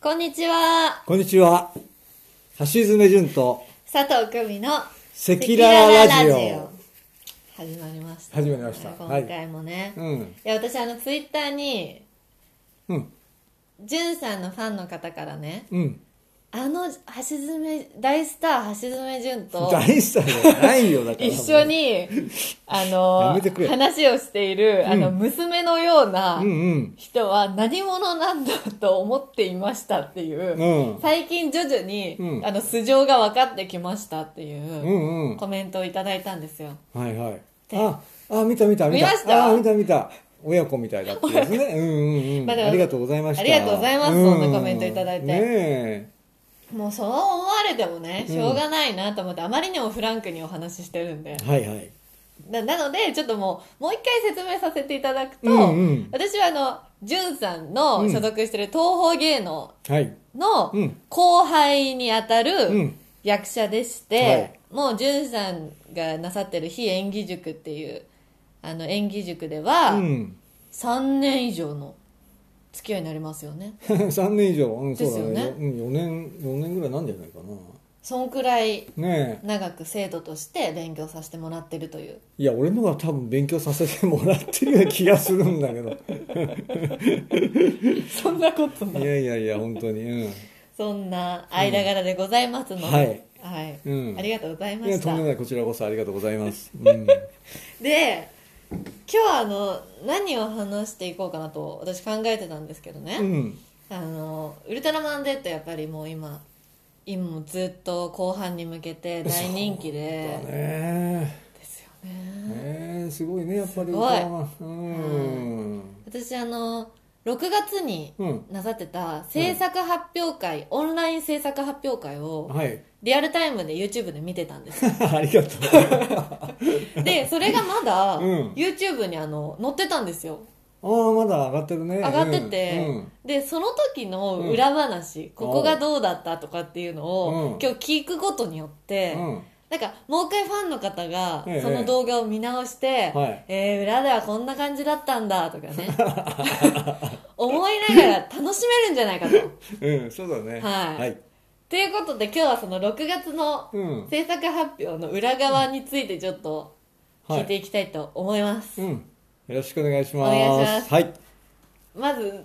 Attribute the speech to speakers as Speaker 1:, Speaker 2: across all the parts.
Speaker 1: こんにちは。
Speaker 2: こんにちは。橋爪淳と
Speaker 1: 佐藤久美の
Speaker 2: 赤裸々ラジオ。
Speaker 1: 始まりました。
Speaker 2: 始まりました
Speaker 1: 今
Speaker 2: はい
Speaker 1: 回もね。い、
Speaker 2: うん。
Speaker 1: や、私あの、ツイッターに、
Speaker 2: うん。
Speaker 1: じゅんさんのファンの方からね、
Speaker 2: うん。
Speaker 1: あの、橋爪、大スター橋爪淳と、
Speaker 2: 大スターじゃないよ、だから。
Speaker 1: 一緒。に、あの
Speaker 2: やめてく、れ
Speaker 1: 話をしている、あの、娘のような
Speaker 2: うんうん。
Speaker 1: 人は何者なんだと思っていましたっていう、
Speaker 2: うん
Speaker 1: 最近徐々に、
Speaker 2: うん
Speaker 1: あの、素性が分かってきましたっていう、
Speaker 2: うんうん。
Speaker 1: コメントをいただいたんですよ。
Speaker 2: はいはい。あ、あ、見た見た見た。
Speaker 1: 見ました
Speaker 2: あ、見た見た。親子みたい だったですね。うんうんうん。
Speaker 1: まあでも
Speaker 2: ありがとうございました。
Speaker 1: ありがとうございます
Speaker 2: う
Speaker 1: そんなコメントいただいて
Speaker 2: ねえ。
Speaker 1: もうそう思われてもね、しょうがないなと思って、あまりにもフランクにお話ししてるんで。
Speaker 2: はいはい。
Speaker 1: ななので、ちょっともう、もう一回説明させていただくと、
Speaker 2: うんうん
Speaker 1: 私はあの、じゅんさんの所属してる東宝芸能
Speaker 2: はい。
Speaker 1: の
Speaker 2: うん
Speaker 1: 後輩にあた
Speaker 2: う
Speaker 1: る
Speaker 2: ん
Speaker 1: 役者でして、もうじゅんさんがなさってる非演技塾っていう、あの演技塾で は、
Speaker 2: うん。
Speaker 1: 3年以上の付き合いになりますよね。
Speaker 2: 3年以上。うん、そうだ
Speaker 1: ですよね
Speaker 2: うん、4年、4年ぐらいなんじゃないかな。
Speaker 1: そんくらい
Speaker 2: ねえ。
Speaker 1: 長く生徒として勉強させてもらってると いう
Speaker 2: いや、俺のは多分勉強させてもらってるような気がするんだ けど。
Speaker 1: そんなこと
Speaker 2: いやいやいや、本当に。うん。
Speaker 1: そんな間柄でございますので、
Speaker 2: うんはい
Speaker 1: はい
Speaker 2: うん
Speaker 1: ありがとうございま
Speaker 2: いや、
Speaker 1: し
Speaker 2: とん
Speaker 1: た
Speaker 2: でもない、こちらこそありがとうございます。うん。
Speaker 1: で今日あの何を話していこうかなと私考えてたんですけどね、
Speaker 2: うん。
Speaker 1: あのウルトラマン Z ってやっぱりもう今今もずっと後半に向けて大人気
Speaker 2: だ
Speaker 1: で
Speaker 2: ね。
Speaker 1: ですよね
Speaker 2: えー、すごいね、やっぱり。
Speaker 1: すごい
Speaker 2: うん。
Speaker 1: 私あの6月に
Speaker 2: うん
Speaker 1: なさってた制作発表会、オンライン制作発表会を、
Speaker 2: はい。
Speaker 1: リアルタイムで YouTube で見てたんですよ
Speaker 2: ありが と
Speaker 1: でそれがまだ
Speaker 2: うん
Speaker 1: YouTube にあの載ってたんですよ
Speaker 2: う。ああ、まだ上がってるね。
Speaker 1: 上がってて、
Speaker 2: うんうん
Speaker 1: でその時の裏話、ここがどうだったとかっていうのを、
Speaker 2: うん
Speaker 1: 今日聞くことによって、
Speaker 2: うん。
Speaker 1: なんかもう一回ファンの方が
Speaker 2: ええ
Speaker 1: その動画を見直して、
Speaker 2: はい
Speaker 1: えー裏ではこんな感じだったんだとか ね思いながら楽しめるんじゃないかと。
Speaker 2: うん、そうだね。
Speaker 1: はい
Speaker 2: はい。
Speaker 1: ということで今日はその6月の
Speaker 2: うん。
Speaker 1: 制作発表の裏側についてちょっと聞いていきたいと思います、
Speaker 2: うん。よろしくお願いします。
Speaker 1: お願いします
Speaker 2: はい。
Speaker 1: まず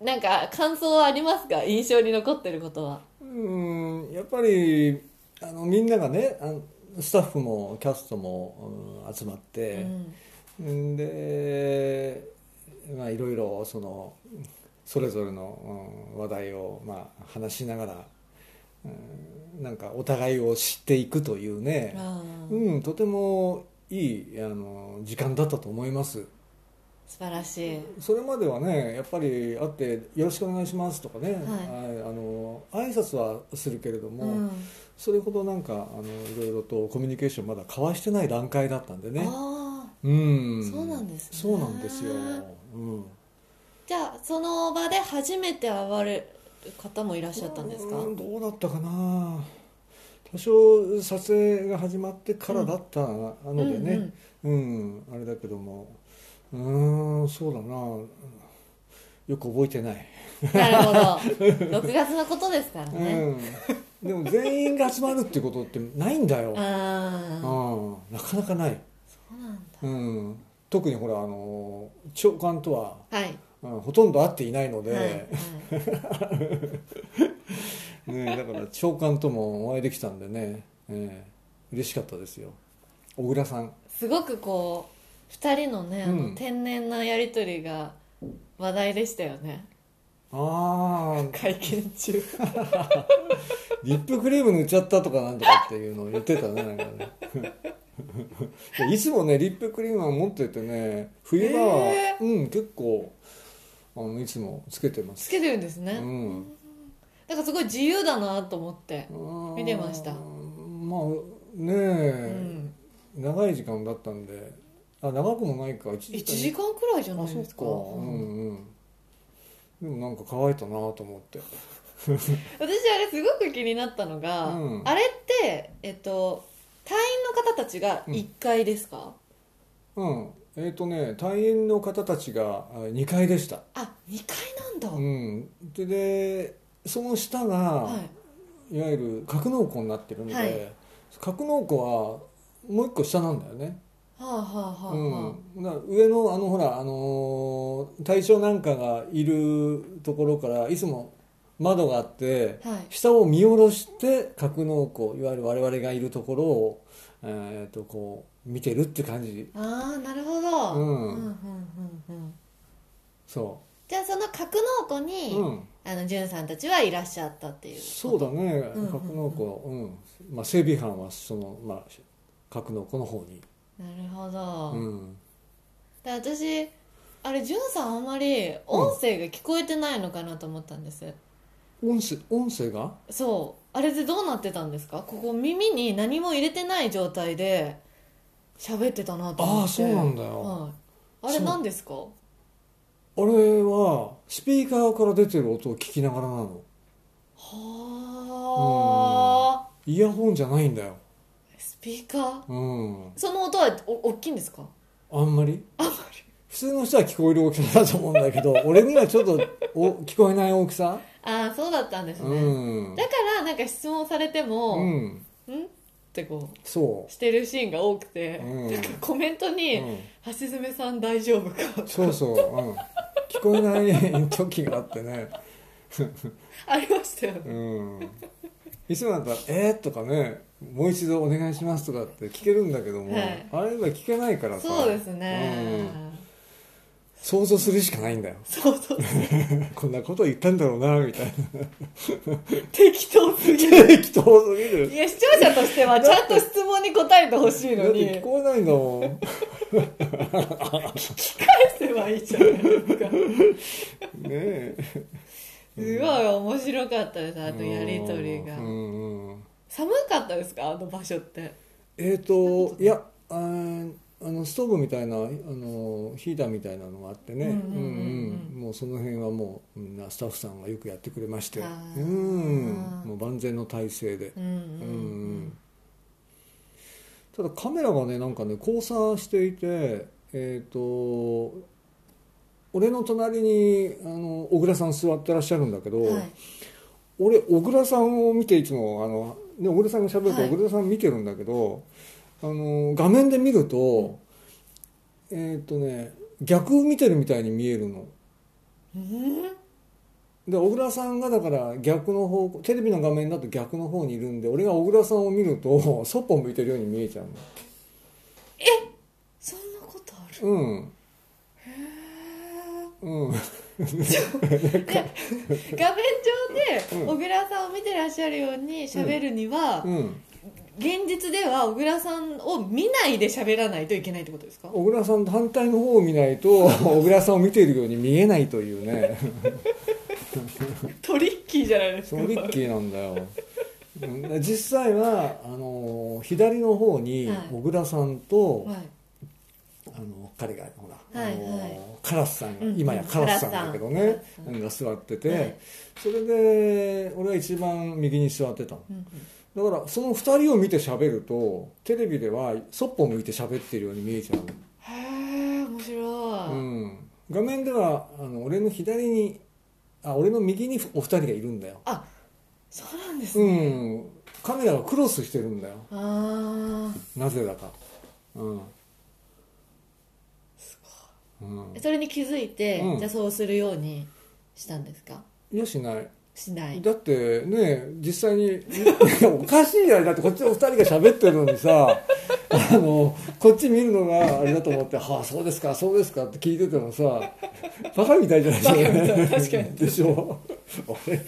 Speaker 1: なんか感想はありますか印象に残ってることは
Speaker 2: うーん、やっぱり、あの、みんながね、あのスタッフもキャストも、うん集まって、
Speaker 1: うん
Speaker 2: んでまあいろいろそのそれぞれの、うん話題をまあ話しながら、うんなんかお互いを知っていくというね、
Speaker 1: あー
Speaker 2: うん、とてもいいあの時間だったと思います
Speaker 1: 素晴らしい
Speaker 2: それまではねやっぱり会って「よろしくお願いします」とか
Speaker 1: は
Speaker 2: ね、
Speaker 1: い
Speaker 2: ああの挨拶はするけれども、
Speaker 1: うん
Speaker 2: それほどなんかあのいろいろとコミュニケーションまだ交わしてない段階だったんでね
Speaker 1: ああ
Speaker 2: うん、
Speaker 1: そうなんですね
Speaker 2: そうなんですよ、うん、
Speaker 1: じゃあその場で初めて会われる方もいらっしゃったんですか
Speaker 2: うーんどうだったかな多少撮影が始まってからだったのでねうん、あれだけどもうーんそうだなよく覚えてない、
Speaker 1: なるほど 6月のことですからね、
Speaker 2: うん、でも全員が集まるってことってないんだよ、
Speaker 1: ああ
Speaker 2: うん、なかなかない、
Speaker 1: そうなんだ
Speaker 2: うん、特にほらあの長官とは、
Speaker 1: はい
Speaker 2: うん、ほとんど会っていないので、
Speaker 1: はいはい
Speaker 2: ねえ、だから長官ともお会いできたんでね、ええ、嬉しかったですよ小倉さん
Speaker 1: すごくこう2人のねあ
Speaker 2: う
Speaker 1: の
Speaker 2: ん
Speaker 1: 天然なやり取りが話題でしたよね、
Speaker 2: ああ
Speaker 1: 会見中
Speaker 2: リップクリーム塗っちゃったとかなんとかっていうのを言ってたねなんかね いやいつもねリップクリームは持っててね冬場は、
Speaker 1: え
Speaker 2: うん結構あのいつもつけてま
Speaker 1: つ
Speaker 2: す
Speaker 1: けてるんですね、
Speaker 2: うん
Speaker 1: なんかすごい自由だなと思って見てました
Speaker 2: うーんまあ
Speaker 1: う
Speaker 2: ねえ、
Speaker 1: ん
Speaker 2: 長い時間だったんであ長くもないか1
Speaker 1: 1時
Speaker 2: 時間
Speaker 1: 間くらいじゃ
Speaker 2: あ
Speaker 1: ない
Speaker 2: そ
Speaker 1: で
Speaker 2: う
Speaker 1: す
Speaker 2: か
Speaker 1: か
Speaker 2: うんうんでもなんか乾いたなと思って
Speaker 1: 私あれすごく気になったのが、
Speaker 2: うん
Speaker 1: あれって、えっと、隊員の方たちが
Speaker 2: うん
Speaker 1: 1階ですか、
Speaker 2: うんえっ、とね隊員の方たちが2階でした
Speaker 1: あ二2階なんだ、
Speaker 2: うんででその下が、
Speaker 1: はい
Speaker 2: い、わゆる格納庫になってるので、
Speaker 1: はい
Speaker 2: 格納庫はもう一個下なんだよね、
Speaker 1: はあはあはあは
Speaker 2: うん、だから上のあのほら、あのー大将なんかがいるところからいつも窓があって
Speaker 1: あ、はい
Speaker 2: 下を見下ろして格納庫いわゆる我々がいるところを、えー、とこう見てるって感じ
Speaker 1: ああなるほど、う
Speaker 2: うん
Speaker 1: んうんうんうん
Speaker 2: そ
Speaker 1: じゃあその格納庫
Speaker 2: う、
Speaker 1: に、
Speaker 2: うん、
Speaker 1: あのじゅんさんたちはいらっしゃったっていう
Speaker 2: そうだね
Speaker 1: うんうん
Speaker 2: 格納庫、うんまあ、整備班はその、まあ、格納庫の方に、
Speaker 1: なるほど、
Speaker 2: うん、
Speaker 1: で私あれじゅんさんあんまり音声が聞こえてないのかなと思ったんです、
Speaker 2: 音声音声が
Speaker 1: そうあれでどうなってたんですかここ耳に何も入れてない状態で喋ってたなと思って
Speaker 2: ああそうなん
Speaker 1: だ
Speaker 2: だよ、
Speaker 1: はい、あれ
Speaker 2: そう
Speaker 1: 何ですか
Speaker 2: あれはスピーカーから出てる音を聞きながらなの
Speaker 1: はあ、
Speaker 2: イヤホンじゃないんだよ
Speaker 1: スピーカー
Speaker 2: うん
Speaker 1: その音はお大きいんですか
Speaker 2: あんまり普通の人は聞こえる大きさだと思うんだけど俺にはちょっとお聞こえない大きさ
Speaker 1: ああそうだったんですね、
Speaker 2: うん
Speaker 1: だからなんか質問されても「?」
Speaker 2: うんん
Speaker 1: ってこう
Speaker 2: そ
Speaker 1: してるシーンが多くて、
Speaker 2: うん
Speaker 1: なんかコメント
Speaker 2: う、
Speaker 1: に
Speaker 2: うん
Speaker 1: 「橋爪さん大丈夫か?」
Speaker 2: そうそう、うん、聞こえない時があってね
Speaker 1: ありましたよね、
Speaker 2: うんいつもだったら「えー?」とかね「もう一度お願いします」とかって聞けるんだけども、
Speaker 1: はい
Speaker 2: あれは聞けないからさ
Speaker 1: そうですね、
Speaker 2: うん想像するしかないんだよ
Speaker 1: そうそう
Speaker 2: こんなこと言ったんだろうなみたい な
Speaker 1: 適当すぎる
Speaker 2: 適当すぎる
Speaker 1: いや視聴者としてはちゃんと質問に答えてほしい
Speaker 2: だ
Speaker 1: の
Speaker 2: っ
Speaker 1: に
Speaker 2: て聞こえないんだもん
Speaker 1: 返せばいいじゃないですか
Speaker 2: ねえ
Speaker 1: すごい面白かったですあとやりとりが、
Speaker 2: うんうん
Speaker 1: 寒かったですかあの場所って
Speaker 2: えっ、といやあーあのストーブみたいなあのヒーターみたいなのがあってね
Speaker 1: う
Speaker 2: うん
Speaker 1: う
Speaker 2: ん
Speaker 1: んうん
Speaker 2: うんもうその辺はもうみんなスタッフさんがよくやってくれまして
Speaker 1: あ
Speaker 2: う
Speaker 1: ー
Speaker 2: んもう万全の体制で
Speaker 1: うんうんう
Speaker 2: う
Speaker 1: んん、
Speaker 2: うんただカメラがねなんかね交差していてえっ、と俺の隣にあの小倉さん座ってらっしゃるんだけど、
Speaker 1: はい、
Speaker 2: 俺小倉さんを見ていつもあの、ね、小倉さんが喋ると
Speaker 1: はい
Speaker 2: 小倉さん見てるんだけど、あの画面で見ると、えーっとね逆を見てるみたいに見えるの
Speaker 1: うん
Speaker 2: で小倉さんがだから逆の方向テレビの画面だと逆の方にいるんで俺が小倉さんを見ると そっぽ向いてるように見えちゃう
Speaker 1: そんなことある
Speaker 2: のうんうん
Speaker 1: 画面上で
Speaker 2: うん
Speaker 1: 小倉さんを見てらっしゃるように喋るには、
Speaker 2: うん
Speaker 1: 現実では小倉さんを見ないで喋らないといけないってことですか
Speaker 2: 小倉さんと反対の方を見ないと小倉さんを見ているように見えないというね
Speaker 1: トリッキーじゃないです
Speaker 2: そ
Speaker 1: か
Speaker 2: のリッキーなんだよ うん実際はあの左の方に
Speaker 1: はい
Speaker 2: 小倉さんと、
Speaker 1: はい
Speaker 2: あの彼がほら、
Speaker 1: はい
Speaker 2: あ
Speaker 1: はい
Speaker 2: のカラスさんが、
Speaker 1: うんうん
Speaker 2: 今やカラスさんだけどね
Speaker 1: カラスさん
Speaker 2: が座ってて、
Speaker 1: はい
Speaker 2: それで俺は一番右に座ってたの
Speaker 1: うん
Speaker 2: だからその2人を見て喋るとテレビではそっぽ向いて喋ってるように見えちゃう
Speaker 1: へえ面白い、
Speaker 2: うん、画面ではあの俺の左にあ俺の右にお二人がいるんだよ、
Speaker 1: あそうなんです
Speaker 2: う
Speaker 1: ね、
Speaker 2: ん、カメラがクロスしてるんだよ
Speaker 1: ああ
Speaker 2: なぜだかうん
Speaker 1: す
Speaker 2: うん
Speaker 1: ごいそれに気づいて、
Speaker 2: うん
Speaker 1: じゃあそうするようにしたんですか
Speaker 2: いやしない
Speaker 1: しない
Speaker 2: だってね実際に おかしいやだってこっちの二人が喋ってるのにさ あのこっち見るのがあれだと思って「はあそうですかそうですか」って聞いててもさバカみたいじゃないですか、ね、確かにでしょあれ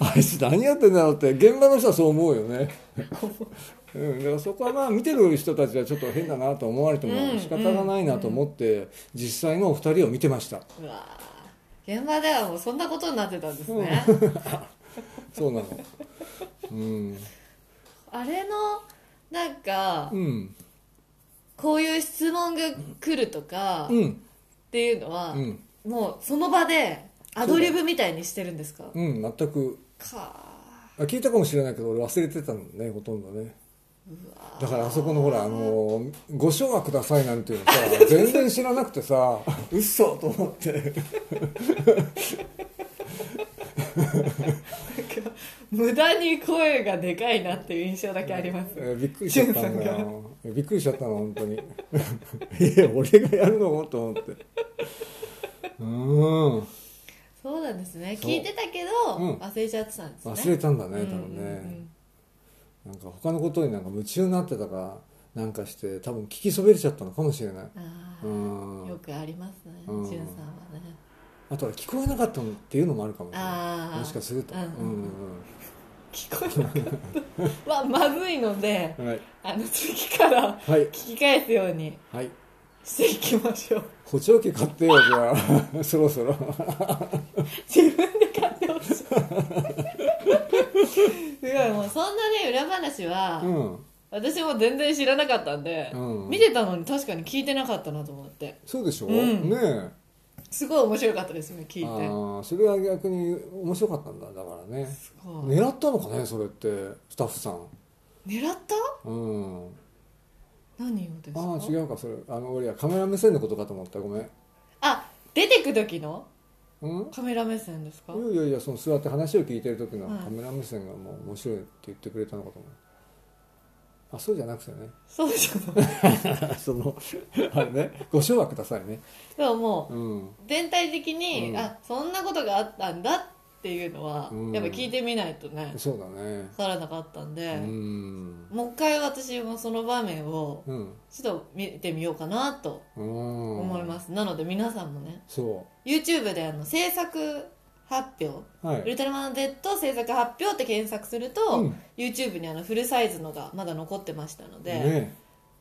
Speaker 2: あいつ何やってんだろうって現場の人はそう思うよ ね、うん、だからそこはまあ見てる人たちはちょっと変だなと思われても
Speaker 1: うん
Speaker 2: 仕方がないなと思って実際のお二人を見てました
Speaker 1: うわー現場ではもうそんなことになってたんですね、
Speaker 2: そうなのうん
Speaker 1: あれのなんか
Speaker 2: うん
Speaker 1: こういう質問が来るとか、
Speaker 2: うん
Speaker 1: っていうのは、
Speaker 2: うん
Speaker 1: もうその場でアドリブみたいにしてるんですか
Speaker 2: うん、全く
Speaker 1: か
Speaker 2: あ聞いたかもしれないけど俺忘れてたのねほとんどねだからあそこのほらあのー「ご唱和ください」なんていうのさ 全然知らなくてさ嘘と思って
Speaker 1: 無駄に声がでかいなっていう印象だけあります、
Speaker 2: えーびっくりしちゃったんだよびっくりしちゃったの本当に いや俺がやるのと思ってうん
Speaker 1: そうなんですね
Speaker 2: そう
Speaker 1: 聞いてたけど、
Speaker 2: うん
Speaker 1: 忘れちゃってたんですね
Speaker 2: 忘れたんだね
Speaker 1: う
Speaker 2: 多
Speaker 1: ん
Speaker 2: 分ね、
Speaker 1: うん
Speaker 2: なんか他のことになんか夢中になってたかなんかして多分聞きそびれちゃったのかもしれない
Speaker 1: うんあ
Speaker 2: う
Speaker 1: ー
Speaker 2: ん
Speaker 1: よくありますね、
Speaker 2: うん
Speaker 1: じゅんさんはね
Speaker 2: あとは聞こえなかったのっていうのもあるかもしれ
Speaker 1: あー
Speaker 2: ないもしかすると、
Speaker 1: うん
Speaker 2: うん
Speaker 1: 聞こえなかった はまずいので
Speaker 2: うんはい
Speaker 1: あの次から
Speaker 2: はい
Speaker 1: 聞き返すように
Speaker 2: はい
Speaker 1: していきましょう
Speaker 2: 補聴器買ってよじゃあ そろそろ
Speaker 1: 自分で買ってほしい すごいもうそんなね裏話は、
Speaker 2: うん
Speaker 1: 私も全然知らなかったんで、
Speaker 2: うん
Speaker 1: 見てたのに確かに聞いてなかったなと思って
Speaker 2: そうでしょ、う
Speaker 1: うん
Speaker 2: ねえ
Speaker 1: すごい面白かったですね聞
Speaker 2: あ
Speaker 1: い
Speaker 2: ーそれは逆に面白かったんだだからね
Speaker 1: てすごい、
Speaker 2: 狙ったのかねそれってスタッフさん
Speaker 1: 狙った
Speaker 2: うん
Speaker 1: 何をですか
Speaker 2: ああ違うかそれあの俺はカメラ目線のことかと思ったごめん
Speaker 1: あ出てく時の
Speaker 2: うん
Speaker 1: カメラ目線ですか
Speaker 2: いやいやいやその座って話を聞いてる時の
Speaker 1: はい
Speaker 2: カメラ目線がもう面白いって言ってくれたのかと思う、あそうじゃなくてね
Speaker 1: そうじゃない
Speaker 2: そのあれねご唱和くださいね
Speaker 1: でももう
Speaker 2: うん
Speaker 1: 全体的に、
Speaker 2: うん
Speaker 1: あそんなことがあったんだっていうのは、
Speaker 2: うん
Speaker 1: やっぱ聞いてみないとね
Speaker 2: そうだね
Speaker 1: 分からなかったん
Speaker 2: う
Speaker 1: で、
Speaker 2: ん
Speaker 1: もう一回私もその場面を
Speaker 2: うん
Speaker 1: ちょっと見てみようかなと
Speaker 2: 思
Speaker 1: 思います、なので皆さんもね
Speaker 2: そ
Speaker 1: YouTube であの制作発表
Speaker 2: うは
Speaker 1: ウル
Speaker 2: い
Speaker 1: トラマン Z 制作発表って検索すると、
Speaker 2: うん
Speaker 1: YouTube にあのフルサイズのがまだ残ってましたので、
Speaker 2: ね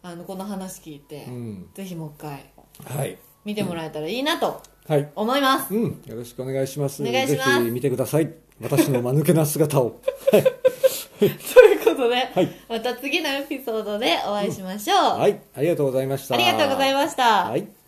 Speaker 1: あのこの話聞いて、
Speaker 2: うん
Speaker 1: ぜひもう一回
Speaker 2: はい
Speaker 1: 見てもらえたらいいなと
Speaker 2: はい
Speaker 1: 思います、
Speaker 2: うんよろしくお願いします
Speaker 1: お願いします
Speaker 2: ぜひ見てください私の間抜けな 姿を
Speaker 1: ということで、
Speaker 2: はい
Speaker 1: また次のエピソードでお会いしましょう、
Speaker 2: はいありがとうございました
Speaker 1: ありがとうござい
Speaker 2: まし
Speaker 1: ました、
Speaker 2: はい